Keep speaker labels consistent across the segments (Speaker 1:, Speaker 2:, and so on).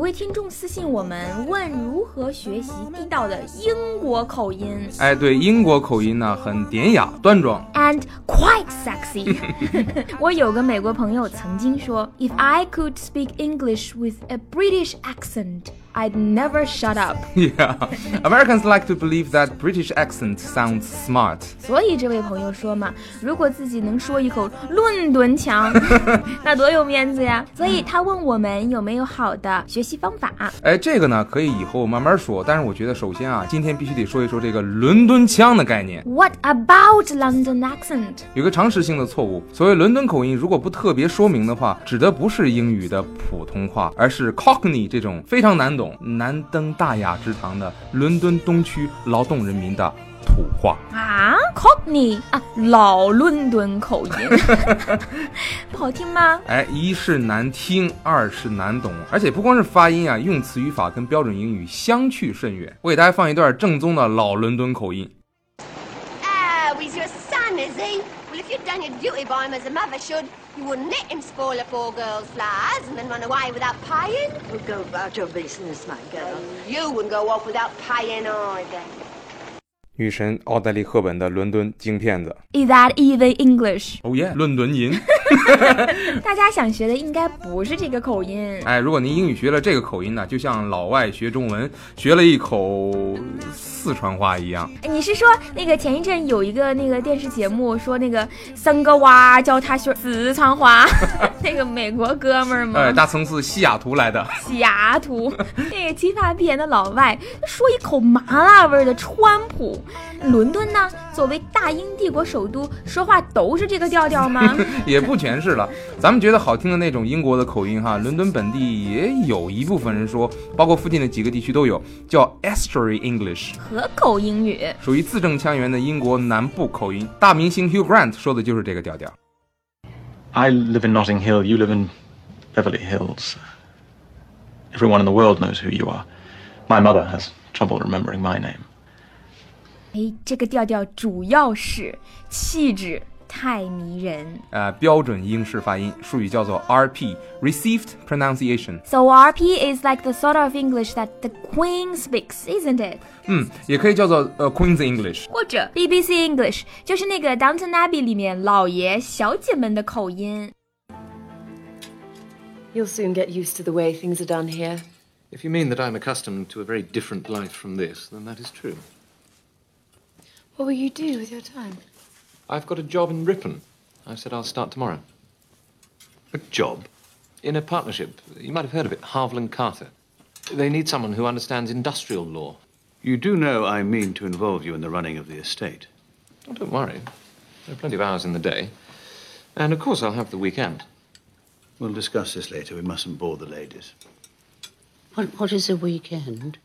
Speaker 1: 位听众私信我们问如何学习地道的英国口音
Speaker 2: 哎，对，英国口音呢很典雅端庄。
Speaker 1: ，and quite sexy。我有个美国朋友曾经说，If I could speak English with a British accent, I'd never shut up。
Speaker 2: Yeah, Americans like to believe that British accent sounds smart.
Speaker 1: 所以这位朋友说嘛，如果自己能说一口伦敦腔， 那多有面子呀！所以他问我们有没有好的学习方法。
Speaker 2: 哎，这个呢可以以后慢慢说，但是我觉得首先啊，今天必须得说一说这个伦敦腔的概念。
Speaker 1: What about London accent？
Speaker 2: 有个常识性的错误，所谓伦敦口音，如果不特别说明的话，指的不是英语的普通话，而是 Cockney 这种非常难懂、难登大雅之堂的伦敦东区劳动人民的土话。
Speaker 1: 啊，Cockney 啊，老伦敦口音， 不好听吗？
Speaker 2: 哎，一是难听，二是难懂，而且不光是发音啊，用词语法跟标准英语相去甚远。我给大家放一段正宗的老伦敦口音。
Speaker 3: Oh, he's your son, is he? Well, if you'd done your duty by him as a mother should, you wouldn't let him spoil a poor girl's flowers and then run away without paying.
Speaker 4: Well, Oh, go about your business, my girl.
Speaker 3: You wouldn't go off without paying either.
Speaker 2: 女神奥黛丽·赫本的伦敦京片子，
Speaker 1: Is that even English？
Speaker 2: 哦耶，伦敦音。
Speaker 1: 大家想学的应该不是这个口音。
Speaker 2: 哎，如果您英语学了这个口音呢，就像老外学中文学了一口四川话一样。
Speaker 1: 哎你是说那个前一阵有一个那个电视节目说那个三个娃教他学四川 话，那个美国哥们儿吗？
Speaker 2: 哎，大层次西雅图来的，
Speaker 1: 西雅图，那个奇葩皮炎的老外说一口麻辣味儿的川普，伦敦呢，作为大英帝国首都，说话都是这个调调 吗？
Speaker 2: 也不全是了。咱们觉得好听的那种英国的口音哈，伦敦本地也有一部分人说，包括附近的几个地区都有，叫 Estuary English。
Speaker 1: 河口英语。
Speaker 2: 属于字正腔圆的英国南部口音。大明星 Hugh Grant 说的就是这个调调。
Speaker 5: I live in Notting Hill, you live in Beverly Hills. Everyone in the world knows who you are. My mother has trouble remembering my name.
Speaker 1: 哎，这个调调主要是气质太迷人。
Speaker 2: 呃，标准英式发音，术语叫做 RP（Received Pronunciation）。
Speaker 1: So RP is like the sort of English that the Queen speaks, isn't it?
Speaker 2: 嗯，也可以叫做呃 Queen's English。
Speaker 1: 或者 BBC English 就是那个《Downton Abbey》里面老爷小姐们的口音。
Speaker 4: You'll soon get used to the way things are done here.
Speaker 6: If you mean that I'm accustomed to a very different life from this, then that is true.
Speaker 7: What will you do with your time?
Speaker 6: I've got a job in Ripon. I said I'll start tomorrow. A job? In a partnership. You might have heard of it, Harvland Carter. They need someone who understands industrial law.
Speaker 8: You do know I mean to involve you in the running of the estate.
Speaker 6: Oh, don't worry. There are plenty of hours in the day. And of course, I'll have the weekend.
Speaker 8: We'll discuss this later. We mustn't bore the ladies.
Speaker 9: What, what is a weekend?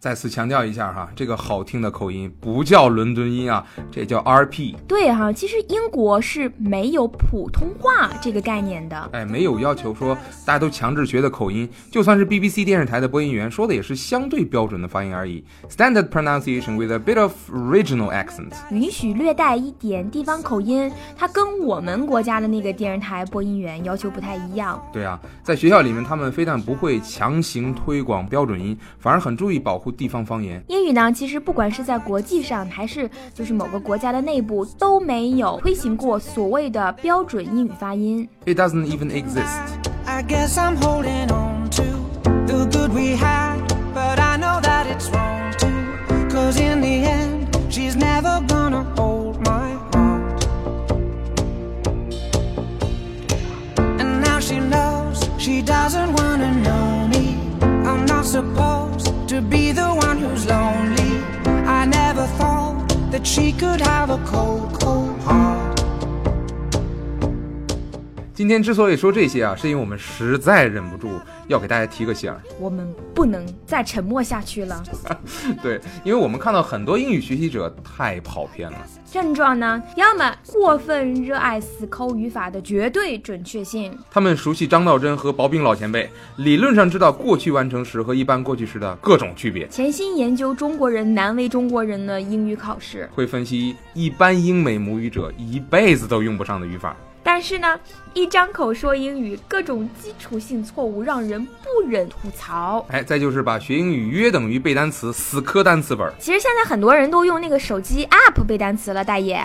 Speaker 2: 再次强调一下哈，这个好听的口音不叫伦敦音啊，这叫 RP。
Speaker 1: 对哈、其实英国是没有普通话这个概念的。
Speaker 2: 哎，没有要求说大家都强制学的口音，就算是 BBC 电视台的播音员说的也是相对标准的发音而已，standard pronunciation with a bit of regional accent。
Speaker 1: 允许略带一点地方口音，它跟我们国家的那个电视台播音员要求不太一样。
Speaker 2: 对啊，在学校里面，他们非但不会强行推广标准音，反而很注意保护地方方言。
Speaker 1: 英语呢，其实不管是在国际上，还是就是某个国家的内部，都没有推行过所谓的标准英语发音。
Speaker 2: It doesn't even exist。
Speaker 10: I guess I'm holding on to the good we had, but I know that it's wrong too. Cause in the end, she's never gonna hold my heart. And now she knows she doesn't wanna know me. I'm not supposed to be the one who's lonely. I never thought that she could have a cold, cold heart.
Speaker 2: 今天之所以说这些啊，是因为我们实在忍不住要给大家提个醒儿。
Speaker 1: 我们不能再沉默下去了。
Speaker 2: 对，因为我们看到很多英语学习者太跑偏了。
Speaker 1: 症状呢，要么过分热爱死抠语法的绝对准确性，
Speaker 2: 他们熟悉张道真和薄冰老前辈，理论上知道过去完成时和一般过去时的各种区别，
Speaker 1: 潜心研究中国人难为中国人的英语考试。
Speaker 2: 会分析一般英美母语者一辈子都用不上的语法。
Speaker 1: 但但是呢，一张口说英语，各种基础性错误让人不忍吐槽。
Speaker 2: 哎，再就是把学英语约等于背单词，死磕单词本儿，
Speaker 1: 其实现在很多人都用那个手机 app 背单词了，大爷。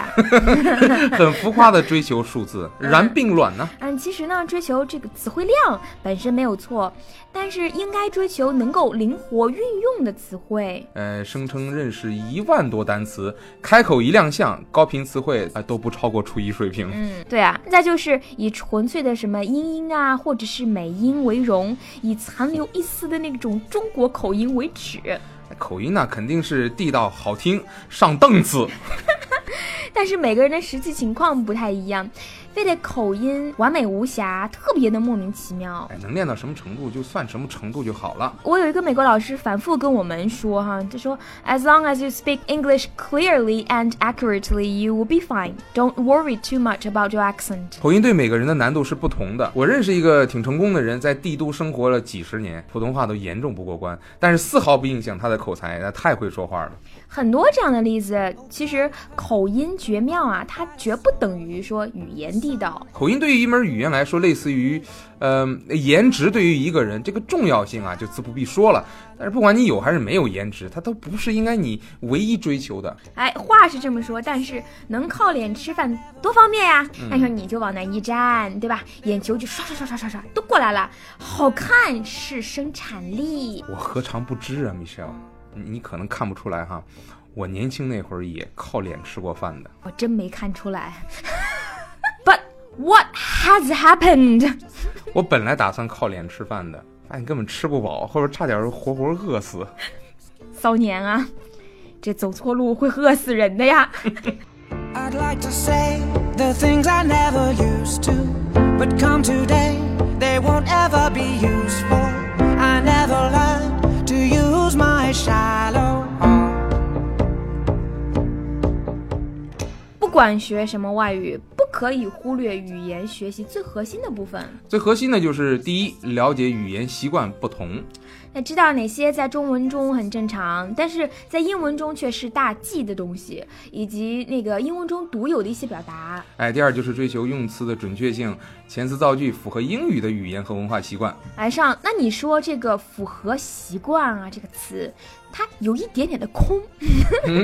Speaker 2: 很浮夸的追求数字，然并卵呢、
Speaker 1: 嗯，其实呢，追求这个词汇量本身没有错，但是应该追求能够灵活运用的词汇。
Speaker 2: 呃，声称认识一万多单词，开口一亮相，高频词汇啊、呃都不超过初一水平。
Speaker 1: 嗯，对啊，再就是以纯粹的什么英音啊，或者是美音为荣，以残留一丝的那种中国口音为止。
Speaker 2: 口音呢，肯定是地道、好听、上档次。
Speaker 1: 但是每个人的实际情况不太一样，非得口音完美无瑕，特别的莫名其妙。
Speaker 2: 哎，能练到什么程度就算什么程度就好了。
Speaker 1: 我有一个美国老师反复跟我们说哈，他说，As long as you speak English clearly and accurately, you will be fine. Don't worry too much about your accent.
Speaker 2: 口音对每个人的难度是不同的。我认识一个挺成功的人，在帝都生活了几十年，普通话都严重不过关，但是丝毫不影响他的口才，他太会说话了。
Speaker 1: 很多这样的例子，其实口音绝妙啊，它绝不等于说语言地道。
Speaker 2: 口音对于一门语言来说，类似于，嗯、颜值对于一个人这个重要性啊，就自不必说了。但是不管你有还是没有颜值，它都不是应该你唯一追求的。
Speaker 1: 哎，话是这么说，但是能靠脸吃饭多方便呀、那时候你就往那一站，对吧？眼球就刷刷刷刷刷刷都过来了，好看是生产力。
Speaker 2: 我何尝不知啊，Michelle？你你可能看不出来哈，我年轻那会儿也靠脸吃过饭的。
Speaker 1: 我真没看出来。But what has happened？
Speaker 2: 我本来打算靠脸吃饭的，发现根本吃不饱，后边差点活活饿死。
Speaker 1: 骚年啊，这走错路会饿死人的呀。
Speaker 10: I'd like to say the things I never used to, but come today, they won't ever be useful. I never learned to use my shallow heart.
Speaker 1: 不管学什么外语，不可以忽略语言学习最核心的部分。
Speaker 2: 最核心的就是第一，了解语言习惯不同。
Speaker 1: 那知道哪些在中文中很正常，但是在英文中却是大忌的东西，以及那个英文中独有的一些表达。
Speaker 2: 哎，第二就是追求用词的准确性，遣词造句符合英语的语言和文化习惯。
Speaker 1: 哎，上，那你说这个符合习惯啊这个词，它有一点点的空，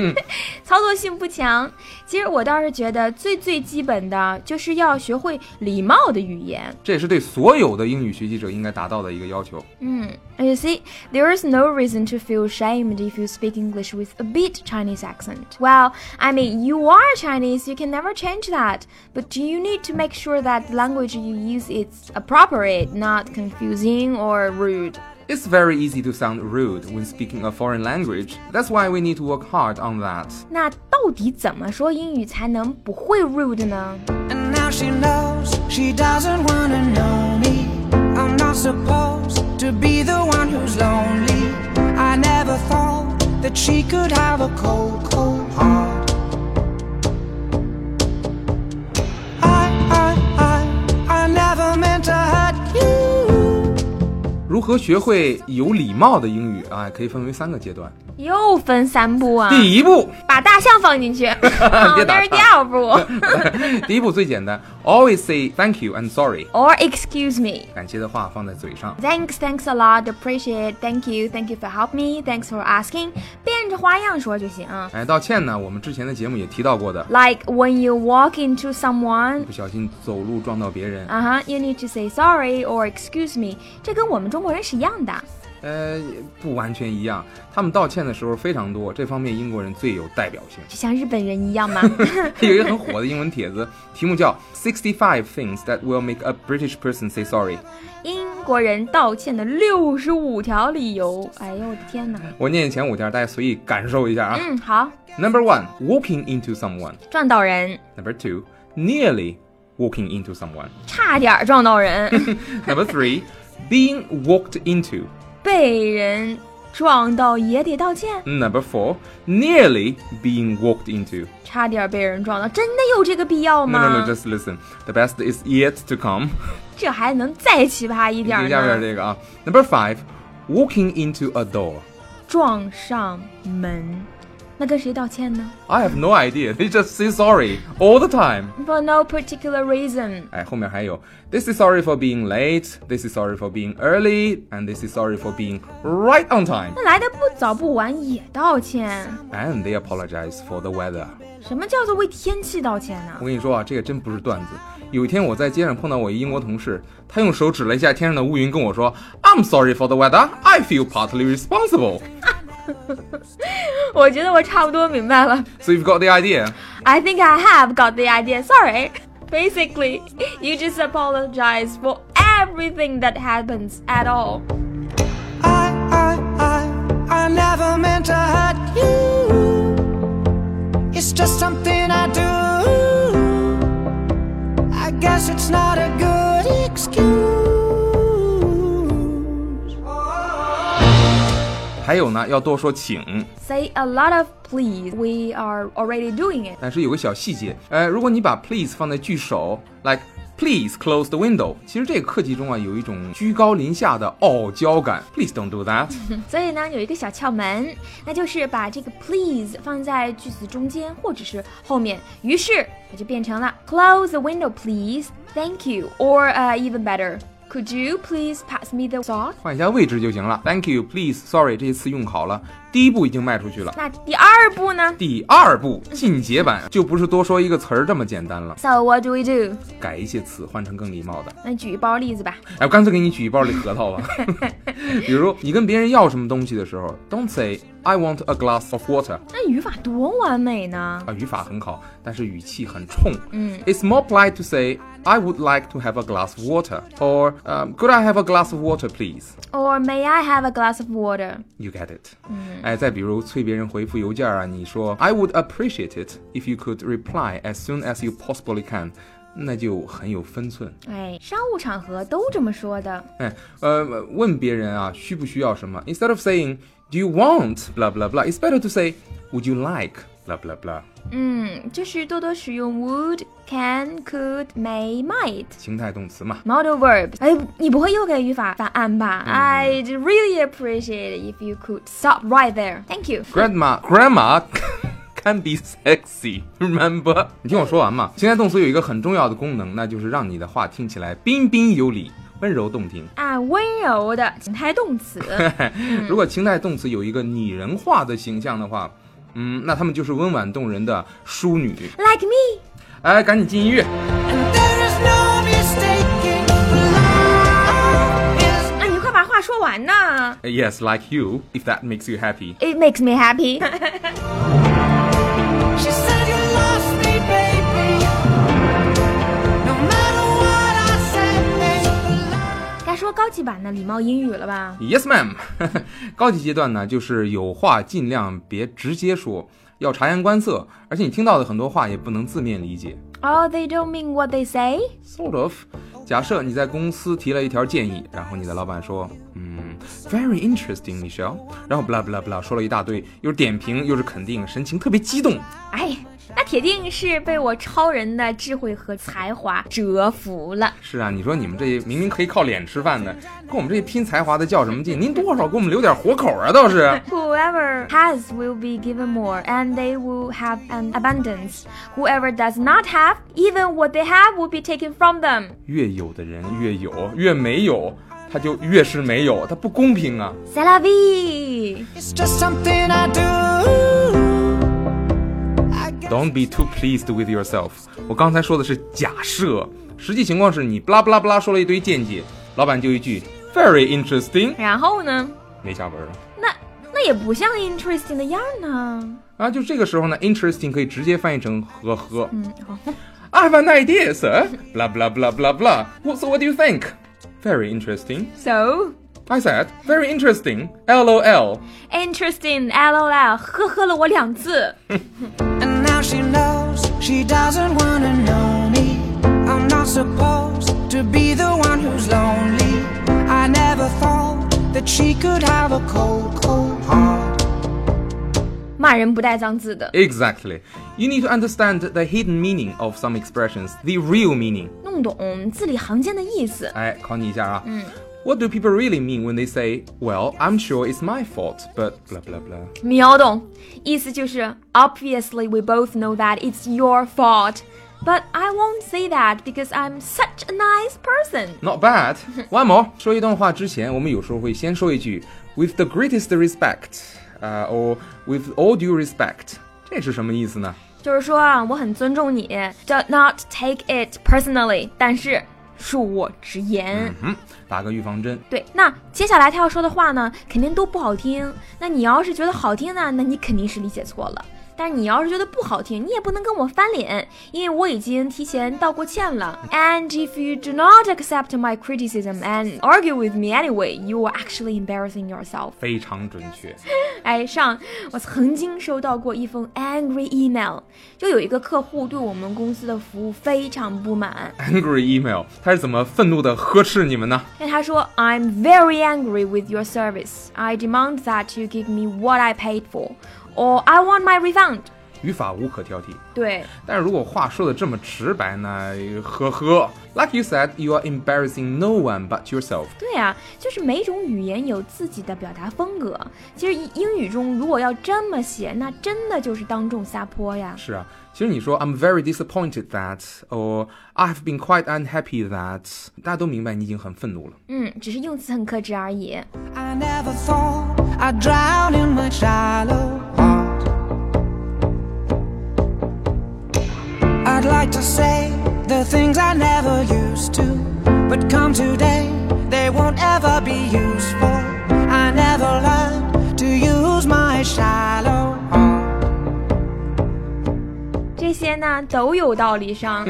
Speaker 1: 操作性不强。其实我倒是觉得最最基本的就是要学会礼貌的语言。
Speaker 2: 这也是对所有的英语学习者应该达到的一个要求。
Speaker 1: Mm. And you see, there is no reason to feel ashamed if you speak English with a bit Chinese accent. Well, I mean, you are Chinese, you can never change that. But you need to make sure that the language you use is appropriate, not confusing or rude.
Speaker 2: It's very easy to sound rude when speaking a foreign language. That's why we need to work hard on that.
Speaker 1: 那到底怎么说英语才能不会 rude 呢？
Speaker 10: And now she knows she doesn't wanna know me. I'm not supposed to be the one who's lonely. I never thought that she could have a cold, cold heart. I, I, I, I never meant to hurt you.
Speaker 2: 如何学会有礼貌的英语啊？可以分为三个阶段。
Speaker 1: 又分三步啊！
Speaker 2: 第一步，
Speaker 1: 把大象放进去，好，
Speaker 2: 别打
Speaker 1: 那是第二步。
Speaker 2: 第一步最简单，always say thank you and sorry，
Speaker 1: Or excuse me.
Speaker 2: 感谢的话放在嘴上。
Speaker 1: Thanks, thanks a lot, appreciate, thank you, thank you for help me, thanks for asking，变着花样说就行。
Speaker 2: 哎，道歉呢，我们之前的节目也提到过的，
Speaker 1: Like when you walk into someone，
Speaker 2: 不小心走路撞到别人，
Speaker 1: 啊哈，you need to say sorry or excuse me，这跟我们中国人是一样的。
Speaker 2: 呃，不完全一样。他们道歉的时候非常多，这方面英国人最有代表性。
Speaker 1: 就像日本人一样 嘛。
Speaker 2: 有一个很火的英文帖子，题目叫《Sixty Five Things That Will Make a British Person Say Sorry》。
Speaker 1: 英国人道歉的六十五条理由，哎呦我的天哪！
Speaker 2: 我念前五条，大家随意感受一下啊。
Speaker 1: 嗯，好，
Speaker 2: Number one, walking into someone.
Speaker 1: 撞到人，
Speaker 2: Number two, nearly walking into someone.
Speaker 1: 差点儿撞到 人，
Speaker 2: Number three, being walked into.
Speaker 1: 被人撞到也得道歉，
Speaker 2: Number four, nearly being walked into.
Speaker 1: 差点儿被人撞到，真的有这个必要
Speaker 2: No,
Speaker 1: 吗？
Speaker 2: no, no, just listen. The best is yet to come.
Speaker 1: 这还能再奇葩一点 儿呢？
Speaker 2: 听下面这个啊。Number five, walking into a door.
Speaker 1: 撞上门，那跟谁道歉呢
Speaker 2: I have no idea. They just say sorry all the time.
Speaker 1: ？For no particular reason。
Speaker 2: 哎，后面还有 This is sorry for being late. This is sorry for being early. And this is sorry for being right on time.
Speaker 1: 那来的不早不晚也道歉，
Speaker 2: And they apologize for the weather.
Speaker 1: 什么叫做为天气道歉呢、
Speaker 2: 我跟你说啊，这个真不是段子。有一天我在街上碰到我一英国同事，他用手指了一下天上的乌云，跟我说：“I'm sorry for the weather. I feel partly responsible.”
Speaker 1: 我觉得我差不多明白了。
Speaker 2: So you've got the idea.
Speaker 1: I think I have got the idea. Sorry. Basically, you just apologize for everything that happens at all.
Speaker 10: I never meant to hurt you. It's just something I do. I guess it's not a good excuse.
Speaker 2: 还有呢，要多说请。
Speaker 1: Say a lot of please. We are already doing it.
Speaker 2: 但是有个小细节，呃，如果你把 please 放在句首，like please close the window，其实这个课题中啊有一种居高临下的傲娇感。Please don't do that。
Speaker 1: 所以呢，有一个小窍门，那就是把这个 please 放在句子中间或者是后面，于是它就变成了 close the window please, thank you, or、uh, even better, could you please pass me the sock？
Speaker 2: 换一下位置就行了。Thank you, please, sorry，这一次用好了。第一步已经迈出去了。
Speaker 1: 那第二步呢
Speaker 2: 第二步进阶版就不是多说一个词儿这么简单了，
Speaker 1: ？So what do we do？
Speaker 2: 改一些词换成更礼貌的。
Speaker 1: 那举一包例子吧。
Speaker 2: 哎，我干脆给你举一包里核桃吧。比如你跟别人要什么东西的时候，Don't say I want a glass of water
Speaker 1: 那语法多完美呢？
Speaker 2: 啊，语法很好，但是语气很冲。
Speaker 1: 嗯
Speaker 2: It's more polite to say I would like to have a glass of water or、um, Could I have a glass of water, please?
Speaker 1: ，Or may I have a glass of water？
Speaker 2: You get it？、哎，再比如催别人回复邮件啊，你说 I would appreciate it if you could reply as soon as you possibly can，那就很有分寸。
Speaker 1: 哎，商务场合都这么说的。
Speaker 2: 哎，呃，问别人啊需不需要什么，instead of saying Do you want blah blah blah，it's better to say Would you like blah blah blah。
Speaker 1: 嗯，就是多多使用 would、can、could、may、might。
Speaker 2: 形态动词嘛。
Speaker 1: Model verb，哎，你不会又给语法答案吧、i really appreciate it if you could stop right there. Thank you.
Speaker 2: Grandma, grandma can be sexy. Remember？你听我说完嘛。形态动词有一个很重要的功能，那就是让你的话听起来彬彬有礼、温柔动听。
Speaker 1: 啊，温柔的情态动词。
Speaker 2: 如果情态动词有一个拟人化的形象的话，嗯，那他们就是温婉动人的淑女。
Speaker 1: like me.
Speaker 2: 哎，赶紧进音乐。
Speaker 10: There is no mistaking love is
Speaker 1: 啊，你快把话说完呢。
Speaker 2: Yes, like you, if that makes you happy.
Speaker 1: It makes me happy.
Speaker 10: She said you lost me, baby. No matter what I said, baby.
Speaker 1: 该说高级版的礼貌英语了吧？
Speaker 2: Yes, ma'am 。 高级阶段呢，就是有话尽量别直接说，要察言观色，而且你听到的很多话也不能字面理解。
Speaker 1: Oh, they don't mean what they say.
Speaker 2: Sort of。假设你在公司提了一条建议，然后你的老板说，嗯，very interesting, Michelle。然后 blah blah blah 说了一大堆，又是点评又是肯定，神情特别激动。
Speaker 1: 哎，那铁定是被我超人的智慧和才华折服了。
Speaker 2: 是啊，你说你们这明明可以靠脸吃饭的，跟我们这些拼才华的较什么劲？您多少给我们留点活口啊，倒是。
Speaker 1: Whoever has will be given more, and they will have an abundance. Whoever does not have, even what they have will be taken from them.
Speaker 2: 越有的人越有，越没有他就越是没有，他不公平啊！
Speaker 1: C'est la vie.
Speaker 10: It's just something I do. I guess
Speaker 2: Don't be too pleased with yourself。我刚才说的是假设，实际情况是你不拉不拉不拉说了一堆见解，老板就一句 very interesting，
Speaker 1: 然后呢？
Speaker 2: 没下文了。
Speaker 1: 那那也不像 interesting 的样儿呢。
Speaker 2: 啊，就这个时候呢，interesting 可以直接翻译成呵呵。I have an idea, sir. Blah blah blah blah blah. What so what do you think? Very interesting.
Speaker 1: So
Speaker 2: I said very interesting. LOL.
Speaker 1: interesting. LOL，呵呵了我两次。
Speaker 10: And now she knows she doesn't wanna know me. I'm not supposed to be the one who's lonely. I never thought that she could have a cold, cold heart.
Speaker 1: 骂人不带脏字的，
Speaker 2: Exactly. You need to understand the hidden meaning of some expressions, the real meaning.
Speaker 1: 弄懂字里行间的意思。
Speaker 2: 哎，考你一下啊。嗯。 What do people really mean when they say, well, I'm sure it's my fault, but blah blah blah?
Speaker 1: 秒懂，意思就是，Obviously we both know that it's your fault, but I won't say that because I'm such a nice person.
Speaker 2: Not bad. One more. 说一段话之前，我们有时候会先说一句 "with the greatest respect" 啊、o r "with all due respect"，这是什么意思呢？
Speaker 1: 就是说啊，我很尊重你，do not take it personally，但是恕我直言。
Speaker 2: 嗯，打个预防针。
Speaker 1: 对，那接下来他要说的话呢，肯定都不好听。那你要是觉得好听呢，那你肯定是理解错了。但是你要是觉得不好听，你也不能跟我翻脸，因为我已经提前道过歉了。And if you do not accept my criticism and argue with me anyway, you are actually embarrassing yourself.
Speaker 2: 非常准确。
Speaker 1: 哎，上，我曾经收到过一封 angry email，就有一个客户对我们公司的服务非常不满，
Speaker 2: Angry email，他是怎么愤怒的呵斥你们呢？
Speaker 1: 那他说：“I'm very angry with your service. I demand that you give me what I paid for, or I want my refund.”
Speaker 2: 语法无可挑剔，
Speaker 1: 对，
Speaker 2: 但是如果话说的这么直白呢？呵呵，Like you said, you are embarrassing no one but yourself。
Speaker 1: 对啊，就是每种语言有自己的表达风格。其实英英语中如果要这么写，那真的就是当众撒泼呀。
Speaker 2: 是啊，其实你说 I'm very disappointed that, or I've been quite unhappy that，大家都明白你已经很愤怒了。
Speaker 1: 嗯，只是用词很克制而已。
Speaker 10: I never thought I'd drown in my shallow heart. I'd like to say the things I never used to, but come today, they won't ever be useful. I never learned to use my shallow heart.
Speaker 1: 这些呢都有道理上，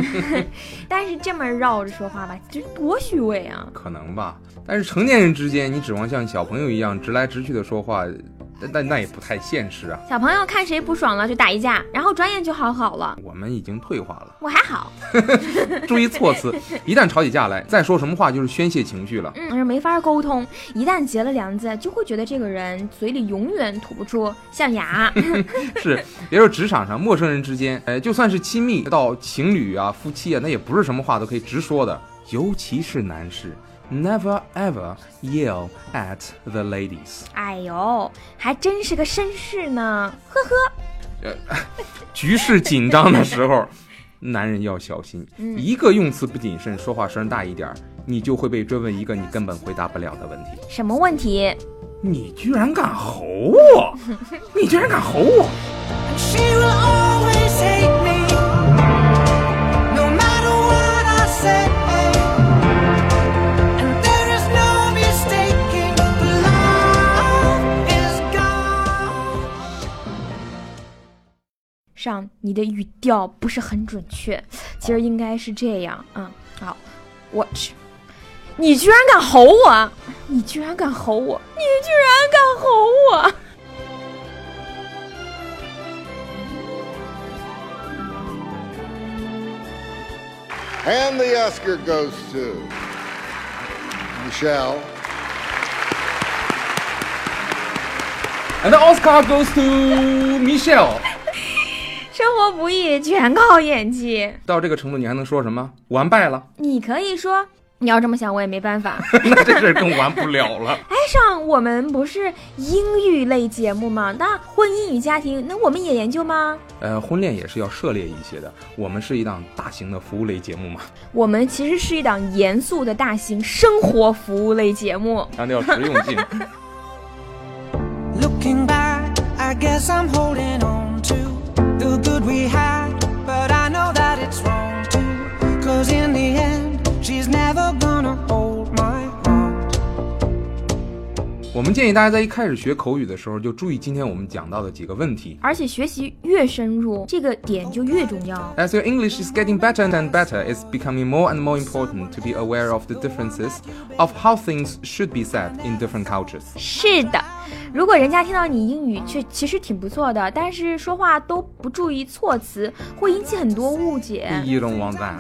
Speaker 1: 但是这么绕着说话吧，这多虚伪啊！
Speaker 2: 可能吧，但是成年人之间，你指望像小朋友一样直来直去的说话，但但那也不太现实啊。
Speaker 1: 小朋友看谁不爽了就打一架，然后转眼就好好了。
Speaker 2: 我们已经退化了，
Speaker 1: 我还好，
Speaker 2: 注意措辞。一旦吵起架来，再说什么话就是宣泄情绪了。
Speaker 1: 嗯，是没法沟通。一旦结了梁子，就会觉得这个人嘴里永远吐不出象牙。
Speaker 2: 是，别说职场上，陌生人之间，哎，就算是亲密到情侣啊、夫妻啊，那也不是什么话都可以直说的，尤其是男士。Never ever yell at the ladies。
Speaker 1: 哎呦，还真是个绅士呢，呵呵。
Speaker 2: 局势紧张的时候，男人要小心，一个用词不谨慎，说话声大一点儿，你就会被追问一个你根本回答不了的问题。
Speaker 1: 什么问题？
Speaker 2: 你居然敢吼我！你居然敢吼我！
Speaker 10: She will always hate me, no matter what I say. And there is no mistaking the love is gone.
Speaker 1: 上，你的语调不是很准确，其实应该是这样啊、好，我去，你居然敢吼我！你居然敢吼我！你居然敢吼我！
Speaker 11: And the Oscar goes to Michelle.
Speaker 2: And the Oscar goes to Michelle。
Speaker 1: 生活不易，全靠演技。
Speaker 2: 到这个程度，你还能说什么？完败了，
Speaker 1: 你可以说，你要这么想，我也没办法。
Speaker 2: 那这事儿更完不了了。
Speaker 1: 哎，上我们不是英语类节目吗？那婚姻与家庭，那我们也研究吗？
Speaker 2: 呃，婚恋也是要涉猎一些的。我们是一档大型的服务类节目嘛，
Speaker 1: 我们其实是一档严肃的大型生活服务类节目。
Speaker 2: 强调实用性。
Speaker 10: Looking back, I guess I'm holding on to the good we had, but I know that it's wrong too. Cause in the end, she's never gonna hold my heart.
Speaker 2: 我们建议大家在一开始学口语的时候，就注意今天我们讲到的几个问题。
Speaker 1: 而且学习越深入，这个点就越重要。
Speaker 2: As your English is getting better and better, it's becoming more and more important to be aware of the differences of how things should be said in different cultures.
Speaker 1: 是的，如果人家听到你英语却其实挺不错的，但是说话都不注意措辞，会引起很多误解。
Speaker 2: You don't want that。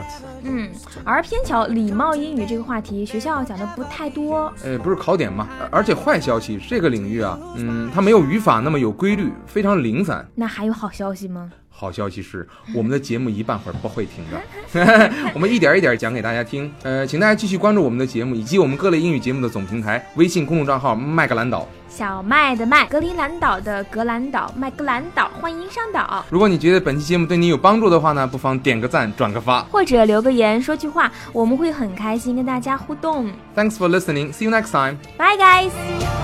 Speaker 1: 嗯，而偏巧礼貌英语这个话题，学校讲的不太多。
Speaker 2: 呃，不是考点嘛？呃而且坏消息，这个领域啊，嗯，它没有语法那么有规律，非常零散。
Speaker 1: 那还有好消息吗？
Speaker 2: 好消息是，我们的节目一半会儿不会停的， 我们一点一点讲给大家听。呃，请大家继续关注我们的节目，以及我们各类英语节目的总平台微信公众账号“麦格兰岛”。
Speaker 1: 小麦的麦，格陵兰岛的格兰岛，麦格兰岛，欢迎上岛。
Speaker 2: 如果你觉得本期节目对你有帮助的话呢，不妨点个赞、转个发。
Speaker 1: 或者留个言说句话，我们会很开心跟大家互动。
Speaker 2: Thanks for listening. See you next time.
Speaker 1: Bye guys.